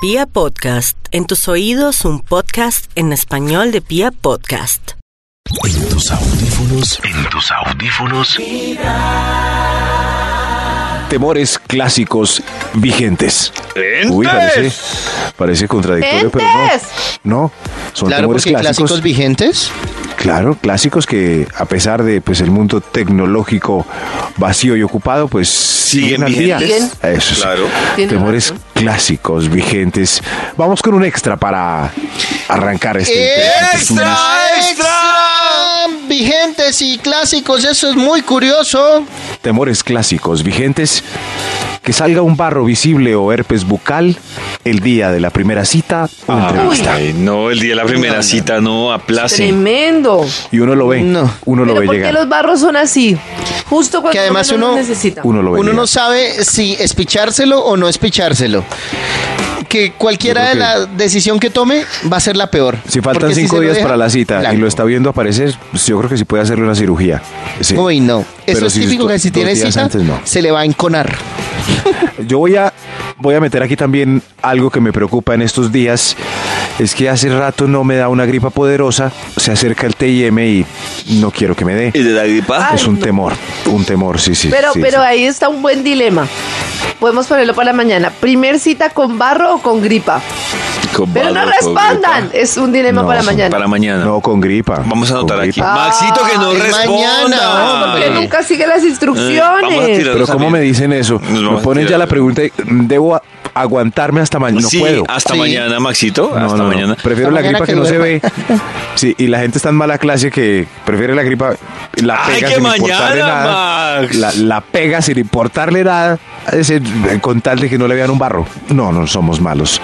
Pia Podcast, en tus oídos un podcast en español de Pia Podcast. En tus audífonos, en tus audífonos. Temores clásicos vigentes. Uy, parece, parece ¿Eh? contradictorio, pero no. No, son Claro, temores porque clásicos. clásicos, vigentes. Claro, clásicos que a pesar de pues el mundo tecnológico vacío y ocupado, pues siguen, Siguen al día. vigentes. Eso sí. Claro. Tiene Temores clásicos vigentes. Vamos con un extra para arrancar este. ¡Extra, Vigentes y clásicos, eso es muy curioso. temores clásicos vigentes, que salga un barro visible o herpes bucal el día de la primera cita o Ah. entrevista. Ah. Ay, no, el día de la primera cita no aplace. Tremendo. Y uno lo ve, No. Ah, uno lo Pero ve ¿por qué llegar, los barros son así? Justo cuando Que además menos uno- los necesita. uno lo ve Uno llegar. no sabe si espichárselo o no espichárselo. Que cualquiera Yo de creo la decisión que tome va a ser la peor. Si faltan Porque cinco se lo días deja, para la cita y blanco. lo está viendo aparecer, pues, yo creo que sí puede hacerle una cirugía. Sí. Uy, no. Pero Eso es si típico dos- que si dos tiene días cita, antes, no. se le va a enconar. Yo voy a, voy a meter aquí también algo que me preocupa en estos días. Es que hace rato no me da una gripa poderosa, se acerca el TIM y no quiero que me dé. ¿Y de la gripa? Ay, es un no. temor, un temor, sí, sí. Pero, sí, pero sí. ahí está un buen dilema. Podemos ponerlo para la mañana. Primer cita con barro o con gripa. Con Pero no barro, con respondan. gripa. Es un dilema No, para son mañana. Para mañana. No, con gripa. Vamos a con anotar aquí. gripa. Maxito que no es responda. mañana. Porque Ay. nunca sigue las Eh, vamos a instrucciones. tirar. Pero ¿cómo Pero también- me dicen eso? Nos Me vamos a ponen ya tirar. la pregunta, y, mm, ¿debo a- aguantarme hasta mañana? No Sí, puedo. Hasta Sí. mañana, Maxito. No, hasta no, no. mañana. Prefiero Hasta la gripa mañana que, que no se ve. Sí, y la gente es tan mala clase que prefiere la gripa, la Ay, pega que sin importarle mañana, nada. Max. La, la pega sin importarle nada, ese, con tal de que no le vean un barro. No, no somos malos.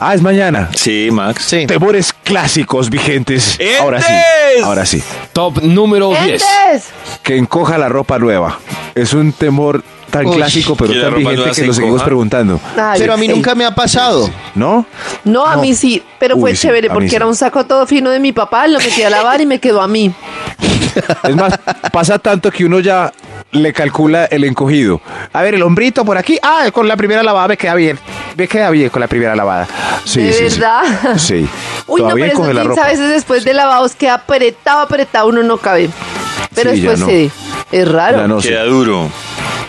Ah, es mañana. Sí, Max. Sí. Temores clásicos vigentes. Ahora sí, ¡Entes! ahora sí. Top número 10. Gentes. que encoja la ropa nueva. Es un temor tan Uy. clásico, pero ¿Que la tan ropa vigente nueva que se lo seguimos encoja? preguntando. Ay, Pero a mí sí. nunca me ha pasado. ¿No? No, a No. mí sí, pero Uy, fue sí, chévere a mí porque sí. era un saco todo fino de mi papá, lo metí a lavar y me quedó a mí. Es más, pasa tanto que uno ya le calcula el encogido. A ver, el hombrito por aquí. Ah, con la primera lavada me queda bien. Me queda bien con la primera lavada. Sí, ¿De sí, sí. verdad? Sí. Uy, no, Todavía pero encoge esos la jeans ropa. a veces después de lavados queda apretado, apretado, uno no cabe. Pero Sí, ya después no. se... Es Ya raro. no, sí. Queda duro.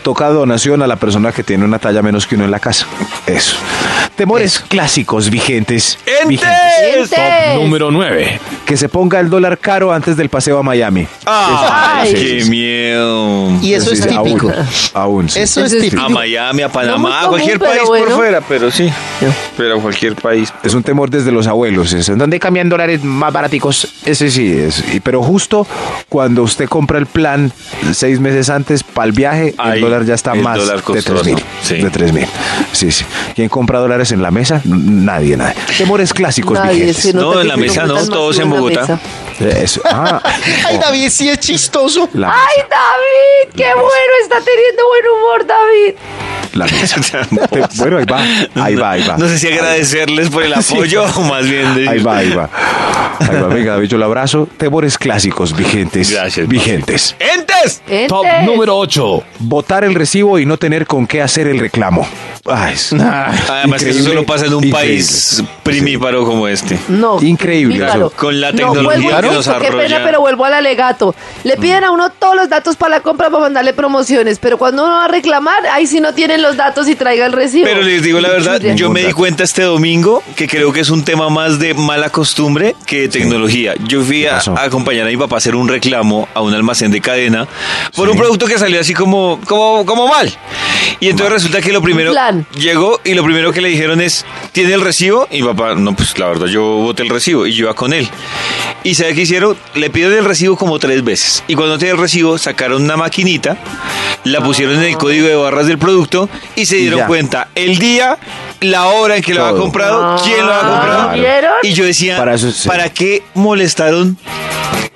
Toca donación a la persona que tiene una talla menos que uno en la casa. Eso. Temores clásicos vigentes. vigentes. ¡Entes! Gente. Número 9. Que se ponga el dólar caro antes del paseo a Miami. ¡Ay, Ay. qué miedo! Y eso Sí, es sí, típico. Aún, aún sí. Eso es Eso es típico. A Miami, a No muy Panamá, a común, cualquier pero país bueno. por fuera, pero sí. Pero a cualquier país. Es un temor desde los abuelos. Es, ¿En dónde cambian dólares más baraticos? Ese sí es. Y- pero justo cuando usted compra el plan seis meses antes para el viaje, Ahí, el dólar ya está el más dólar de costoso, 3 mil. sí. De 3 mil. Sí, sí. ¿Quién compra dólares en la mesa? N- Nadie, nadie. Temores clásicos Nadie, vigentes. se nota No, en que la tiene mesa un no, botán más todos en que una Bogotá. mesa. Eso. Ah, Ay, oh, David, sí es chistoso. la, ¡Ay, David! ¡Qué bueno! Está teniendo buen humor, David. la mesa. Te- bueno, ahí va. Ahí va, ahí va. No sé si agradecerles por el apoyo o más bien. de- Ahí va, ahí va. Ahí va. Venga, David, yo lo abrazo. Temores clásicos vigentes. Gracias, Vigentes. ¡Entes! Gente. Top número 8. votar el recibo y no tener con qué hacer el reclamo. Ay, es Además que eso increíble, solo pasa en un increíble. país primíparo como este. No. Increíble, Claro. eso. Con la No, tecnología vuelvo que al nos punto, Qué pena, arrolla. pero vuelvo al alegato. Mm. Le piden a uno todos los datos para la compra para mandarle promociones, pero cuando uno va a reclamar, ahí sí no tienen los datos y traiga el recibo. Pero les digo la verdad, Chuya. yo me di dato. cuenta este domingo que creo que es un tema más de mala costumbre que de tecnología. Yo fui ¿Qué a, pasó? a acompañar a mi papá a hacer un reclamo a un almacén de cadena por un producto que salió así como, como, como mal. Y entonces resulta que lo primero plan. llegó y lo primero que le dijeron es, ¿tiene el recibo? Y mi papá, no, pues la verdad, yo boté el recibo y yo iba con él. Y ¿sabe qué hicieron? Le pidieron el recibo como tres veces. Y cuando tenía el recibo, sacaron una maquinita, la pusieron en el código de barras del producto y se Y dieron ya. cuenta el día, la hora en que lo había Todo. Ah, comprado, quién lo había comprado. Ah, ¿Vieron? Y yo decía, Para ¿para, eso sí. qué molestaron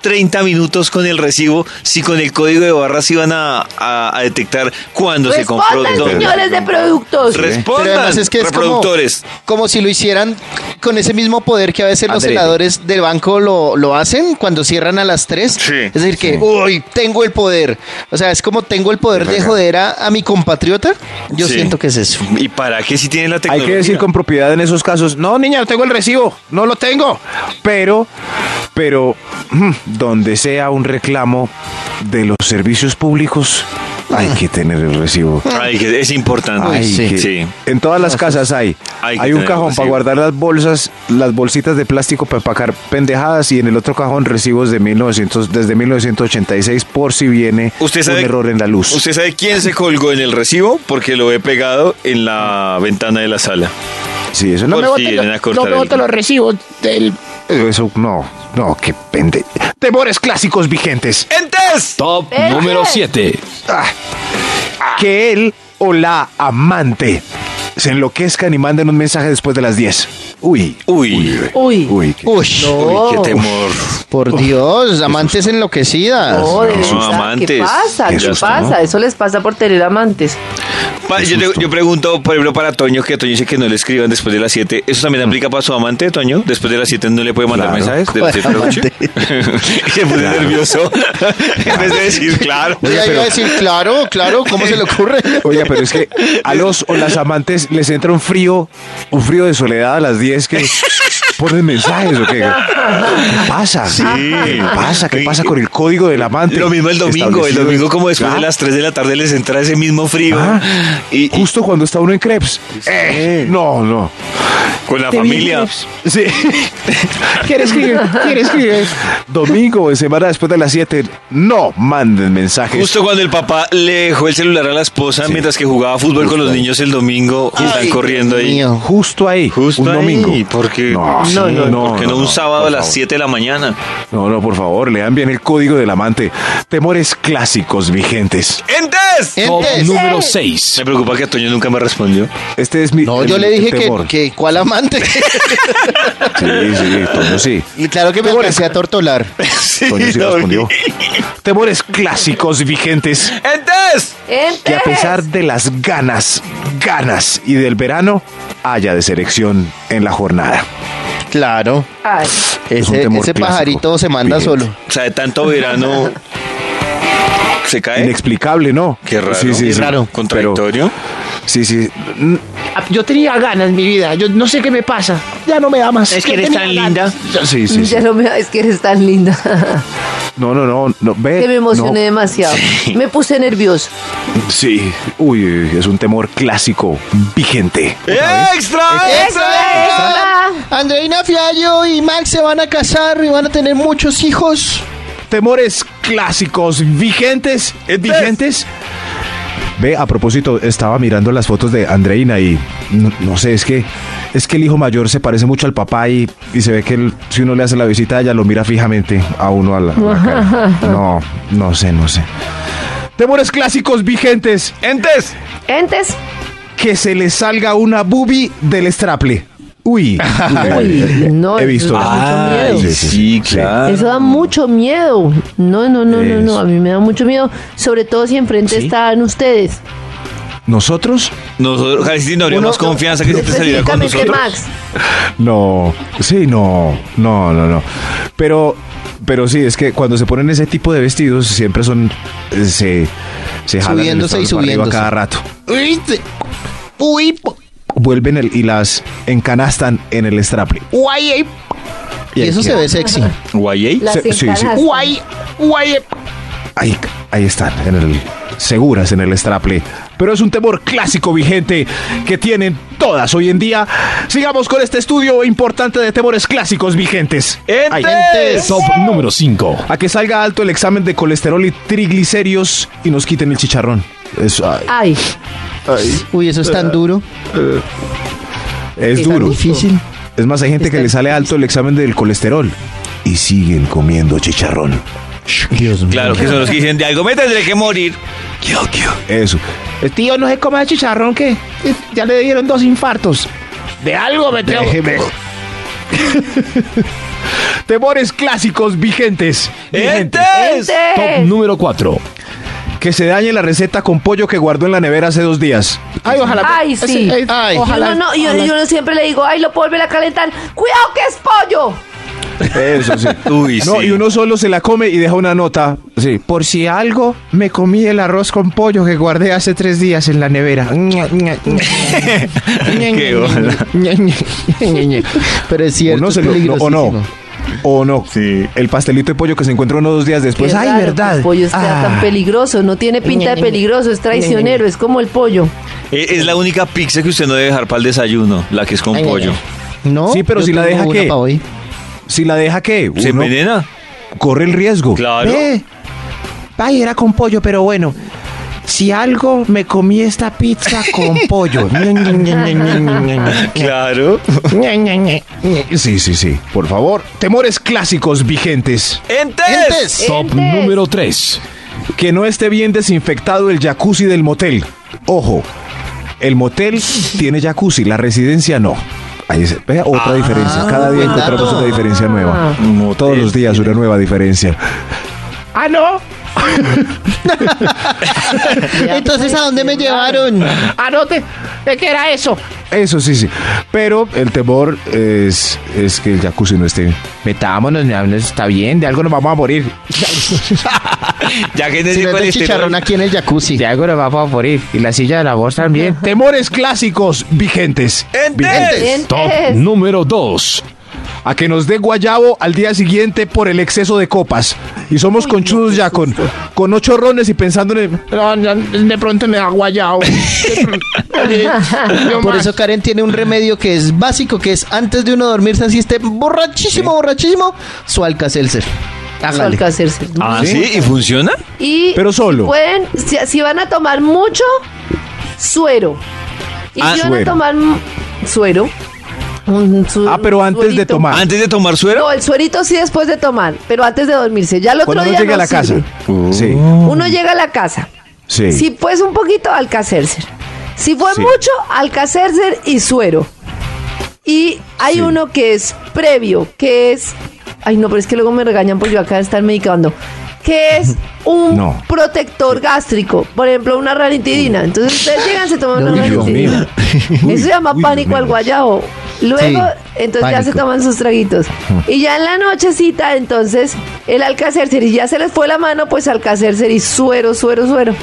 30 minutos con el recibo si con el código de barras iban a, a- a detectar cuándo se compró? Respondan, dónde? señores de productos. Respondan, Pero además es que es como, reproductores. como si lo hicieran con ese mismo poder que a veces los Adrede. celadores del banco lo, lo hacen cuando cierran a las 3. Sí. Es decir, que, uy, tengo el poder. O sea, es como tengo el poder de joder a, a mi compatriota. Yo Sí. siento que es eso. ¿Y para qué si tienen la Hay que decir con propiedad en esos casos, no, niña, no tengo el recibo, no lo tengo. Pero, pero, mm, donde sea un reclamo de los servicios públicos, hay que tener el recibo. Ay, que es importante. Hay sí. que- sí. En todas las casas hay. Hay, Hay que un tener cajón recibo. para guardar las bolsas, las bolsitas de plástico para empacar pendejadas y en el otro cajón recibos de 1900, desde 1986 por si viene ¿Usted un sabe, error en la luz. ¿Usted sabe quién se colgó en el recibo? Porque lo he pegado en la ventana de la sala. sí, eso no Por me si vienen a cortar el- recibos del... Eso no, no, qué pende. Temores clásicos vigentes. ¡Entes! Top Peces. número 7. Ah, que él o la amante se enloquezcan y manden un mensaje después de las 10. Uy. Uy. Uy. Uy. qué- Uy, Uy, oh. qué temor. por Dios, amantes enloquecidas. No, de No, verdad, ¿Qué amantes. pasa? Qué ¿Qué, susto, pasa? ¿no? Eso les pasa por tener amantes. Pa- yo, te- yo pregunto, por ejemplo, para Toño, que Toño dice que no le escriban después de las 7. ¿Eso también aplica para su amante, Toño? Después de las 7 no le puede mandar Mm. Claro. mensajes. De las siete de la noche. se pone nervioso. en vez de decir, claro. Yo ya iba a decir, claro, claro, ¿cómo se le ocurre? Oiga, pero es que a los o las amantes les entra un frío, un frío de soledad a las 10 que ponen mensajes o qué. ¿Qué pasa? ¿Qué pasa? ¿Qué pasa con el código del amante? Lo mismo el domingo. El Establecido domingo, como es- después de Ah, las 3 de la tarde, les entra ese mismo frío. Ah. y, y Justo cuando está uno en crepes. Eh, no, no. con la familia. Sí. ¿Quiere escribir? ¿Quiere escribir? Domingo o semana después de las 7. No manden mensajes. Justo cuando el papá le dejó el celular a la esposa Sí. mientras que jugaba fútbol con los niños el domingo, están corriendo ahí. Mío. Justo ahí. Justo un ahí, domingo. porque No, sí, no, no, porque no, no, un no, sábado a por las favor. 7 de la mañana. No, no, por favor, lean bien el código del amante. Temores clásicos vigentes. ¡Entes! Top Entes. número 6. Me preocupa que Toño nunca me respondió. Este es mi. No, yo el- le el dije que, temor. que ¿cuál amante? Sí, sí, Toño sí. Y claro que me alcancé a tortolar. Toño sí respondió. Temores clásicos vigentes ¡Entes! que a Entonces, pesar de las ganas, ganas y del verano, haya deserección en la jornada. Claro. Ay, Es un Ese, temor ese clásico. pajarito se manda Bien. solo. O sea, de tanto verano se cae. ¿Eh? Inexplicable, ¿no? Qué raro. Sí, sí, Qué sí. raro. Pero- Contradictorio. sí, sí. Ah, Yo tenía ganas, mi vida. Yo no sé qué me pasa. Ya no me amas. Es que Yo eres tenía tan ganas. linda. Sí, sí, sí. ya no me- es que eres tan linda. No, no, no. no. Ve, que me emocioné Eh, no. demasiado. Me puse nervioso. Sí. Uy, uy, uy, es un temor clásico, vigente. ¡Extra! ¡Extra! Andreina Fiallo y Max se van a casar y van a tener muchos hijos. Temores clásicos, vigentes, ¿eh, vigentes. Ve, a propósito, estaba mirando las fotos de Andreina y no, no sé, es que es que el hijo mayor se parece mucho al papá y, y se ve que él, si uno le hace la visita, ella lo mira fijamente a uno a la, a la cara. No, no sé, no sé. Temores clásicos vigentes. ¡Entes! Entes, que se le salga una bubi del estraple. Uy, uy, no, he visto. eso da mucho miedo. Ay, Sí, claro. Eso da mucho miedo. No, no, no, no, no. Eso. A mí me da mucho miedo. Sobre todo si enfrente están ustedes. ¿Nosotros? Nosotros, Jalisco, no más confianza que si te saliera con Específicamente nosotros. Max. No, sí, no, no, no, no. Pero, pero sí, es que cuando se ponen ese tipo de vestidos siempre son, eh, se, se jalan el Subiéndose y estrape para arriba subiéndose. cada rato. Uy, te- uy, po- Vuelven el- y las encanastan en el estraple. guay, eh. ey. Y ahí eso se queda. ve sexy. ¿Guayay? Las Sí, sí, sí. encaras. Guay, guay. ey. Ahí, ahí están, en el, seguras en el straple. Pero es un temor clásico vigente que tienen todas hoy en día. Sigamos con este estudio importante de temores clásicos vigentes. Ahí. Top número 5. A que salga alto el examen de colesterol y triglicéridos y nos quiten el chicharrón. Es, ah, ay, Ay, Uy, eso es tan duro. es tan duro. Difícil. Es más, hay gente que le sale alto el examen del colesterol y siguen comiendo chicharrón. Dios mío. Claro, que son los que dicen, de algo me tendré que morir. Eso. Tío, no se coma el chicharrón que eh, ya le dieron dos infartos. De algo me tengo... Temores clásicos vigentes. vigentes. ¡Entes! Top entes. número 4. Que se dañe la receta con pollo que guardó en la nevera hace dos días. Ay, ojalá. Ay, sí. Ay, Y uno no, y uno- y uno siempre le digo, ay, lo puedo volver a calentar. ¡Cuidado que es pollo! Eso sí. Uy, no, sí. y uno solo se la come y deja una nota. Sí. Por si algo, me comí el arroz con pollo que guardé hace tres días en la nevera. Qué bola. Pero es cierto, Uno es se lo- no, o no. peligrosísimo. O no. El pastelito de pollo que se encuentra uno dos días después. Qué Pues ¡Ay, raro que verdad! El pollo sea Ah. tan peligroso, no tiene pinta de peligroso, es traicionero, es como el pollo. Eh, Es la única pizza que usted no debe dejar para el desayuno, la que es con Ay, ay, pollo. ay. No, Sí, pero yo si la tengo deja, una ¿qué? pa' hoy. Si la deja, ¿qué? ¿Se Uno envenena? corre el riesgo. Claro. Eh, Ay, era con pollo, pero bueno. Si algo, me comí esta pizza con pollo. Claro. Sí, sí, sí. Por favor, temores clásicos vigentes. ¡Entes! Eh. Top Entes. número 3. Que no esté bien desinfectado el jacuzzi del motel. Ojo, el motel tiene jacuzzi, la residencia no. Ahí se ve Ah. otra diferencia. Cada Ah. día buen encontramos dato. una diferencia nueva. Motel Todos los días una nueva diferencia. Ah, no. Entonces, pues, ¿a dónde me llevaron? Anote. ¿De qué era eso? Eso sí, sí. Pero el temor es, es que el jacuzzi no esté. Metámonos, me hablas, está bien, de algo nos vamos a morir. Ya que en Si ese no es colesterol- del chicharrón aquí en el jacuzzi. De algo nos vamos a morir. Y la silla de la voz también. Temores clásicos vigentes. ¡Entes! Entes. Top número 2. A que nos dé guayabo al día siguiente por el exceso de copas. Y somos conchudos ya con, con ocho rones y pensando en el- No, no, de pronto me ha guayado. De pronto. Oye, yo Por más. eso Karen tiene un remedio que es básico, que es antes de uno dormirse, así esté borrachísimo, borrachísimo, su Alka-Seltzer. Hágale. Alcacerse. Ah, ¿sí? ¿Y funciona? Y Pero solo. pueden, si, si van a tomar mucho, suero. Y Ah, si van suero. a tomar m- suero. un su- Ah, pero un antes de suerito. tomar. ¿Antes de tomar suero? No, el suerito sí después de tomar, pero antes de dormirse. Ya el otro Cuando uno día llegue no a la casa. sirve. Oh. Sí, Uno llega a la casa. sí. Si pues un poquito, alcacercer. Si fue Sí. mucho, alcacercer y suero. Y hay Sí. uno que es previo, que es. Ay, no, pero es que luego me regañan por yo acá estar medicando. Que es un No. protector gástrico. Por ejemplo, una ranitidina. Entonces ustedes llegan, se toman una Uy, Dios ranitidina. mío. Eso se llama Uy, Dios pánico mío. al guayabo. Luego, Sí, entonces ya se pánico. toman sus traguitos. Y ya en la nochecita, entonces, el alcacercer. Y ya se les fue la mano, pues alcacercer y suero, suero, suero.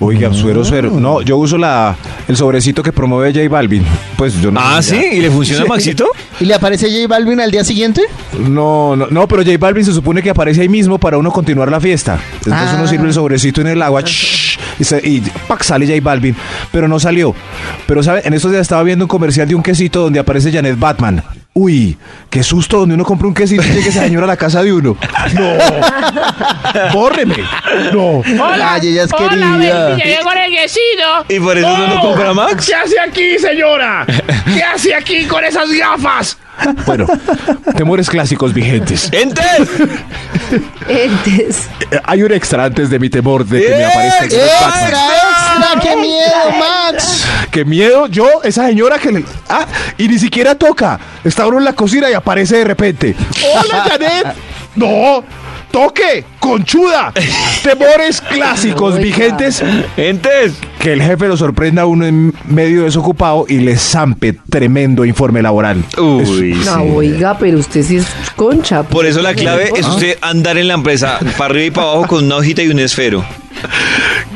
Oiga, suero, suero. No, yo uso la, el sobrecito que promueve J Balvin. Pues yo no. Ah, ¿sí? ¿Y le funciona a Maxito? ¿Y le aparece J Balvin al día siguiente? No, no, no, pero J Balvin se supone que aparece ahí mismo para uno continuar la fiesta. Entonces Ah. uno sirve el sobrecito en el agua shh, y, se- y ¡pac! sale J Balvin, pero no salió. Pero sabe, en estos días estaba viendo un comercial de un quesito donde aparece Janet Batman. Uy, qué susto donde uno compra un quesito y llega esa señora a la casa de uno. No, bórreme. No, Hola, Ay, ella es hola, querida. baby, ya llegó el guecido. ¿Y por eso no lo compra Max? ¿Qué hace aquí, señora? ¿Qué hace aquí con esas gafas? bueno, temores clásicos vigentes. ¡Entes! Entes. Eh, Hay un extra antes de mi temor de que me aparezca Janet Batman. ¡Extra, extra! ¡Qué miedo, Max! Qué miedo, yo, esa señora que le. Ah, y ni siquiera toca. Está uno en la cocina y aparece de repente. ¡Hola, Janet! ¡No! ¡Toque! ¡Conchuda! Temores clásicos Oiga. vigentes. ¡Entes! Que el jefe lo sorprenda a uno en medio desocupado y le zampe tremendo informe laboral. Uy, No, sí. oiga, pero usted sí es concha. Por eso la clave es usted andar en la empresa para arriba y para abajo con una hojita y un esfero.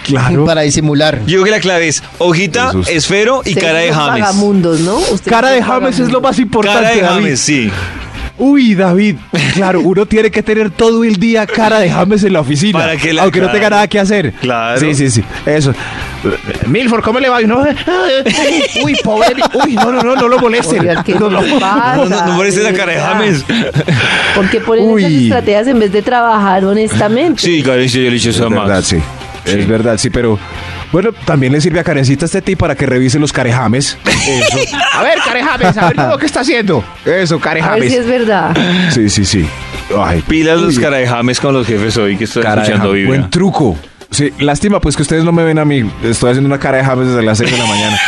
Claro. Para disimular. Yo creo que la clave es hojita, Jesús. esfero y Ustedes cara de son unos James. Vagamundos, ¿no? Ustedes Cara son de James es lo más importante. Cara de David. James, sí. Uy, David, claro, uno tiene que tener todo el día cara de James en la oficina. Para que la- aunque no tenga claro. nada que hacer. Claro. Sí, sí, sí. Eso. Milford, ¿cómo le va? Y uno, "Ah, Uy, pobre. mi- Uy, no, no, no, no lo molesten. Oiga, ¿qué No, no. les pasa? No, no, no parece la De cara de verdad. James. Porque ponen esas Uy. estrategias en vez de trabajar honestamente. Sí, Karen, sí, yo le he dicho eso a Es verdad, Max. sí. Es verdad, sí, pero. Bueno, también le sirve a Karencita este tip para que revise los carejames. A ver, carejames, a ver todo lo que está haciendo. Eso, A ver si carejames. es verdad. Sí, sí, sí. Ay, Pilas los uy, cara de James con los jefes hoy que estoy cara de escuchando James. vibra. Buen truco. Sí, lástima, pues que ustedes no me ven a mí. Estoy haciendo una cara de James desde las 6 de la mañana.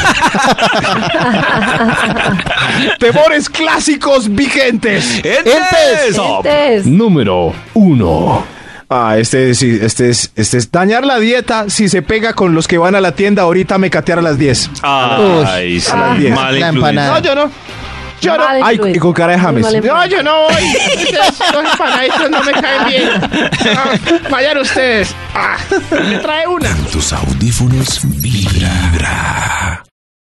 Temores clásicos vigentes. ¡Entes! Top Entes. número 1. Ah, este es, sí, este es, este es dañar la dieta si se pega con los que van a la tienda ahorita me catear a las 10. Ay, sí, Ah, mal la influencia. empanada. No, yo no. Yo no, Mala Ay, y con cara de James. Muy mala no, yo no voy. Ustedes, los empanaditos no me caen bien. Ah, vayan ustedes. Ah, me trae una. En tus audífonos vibra.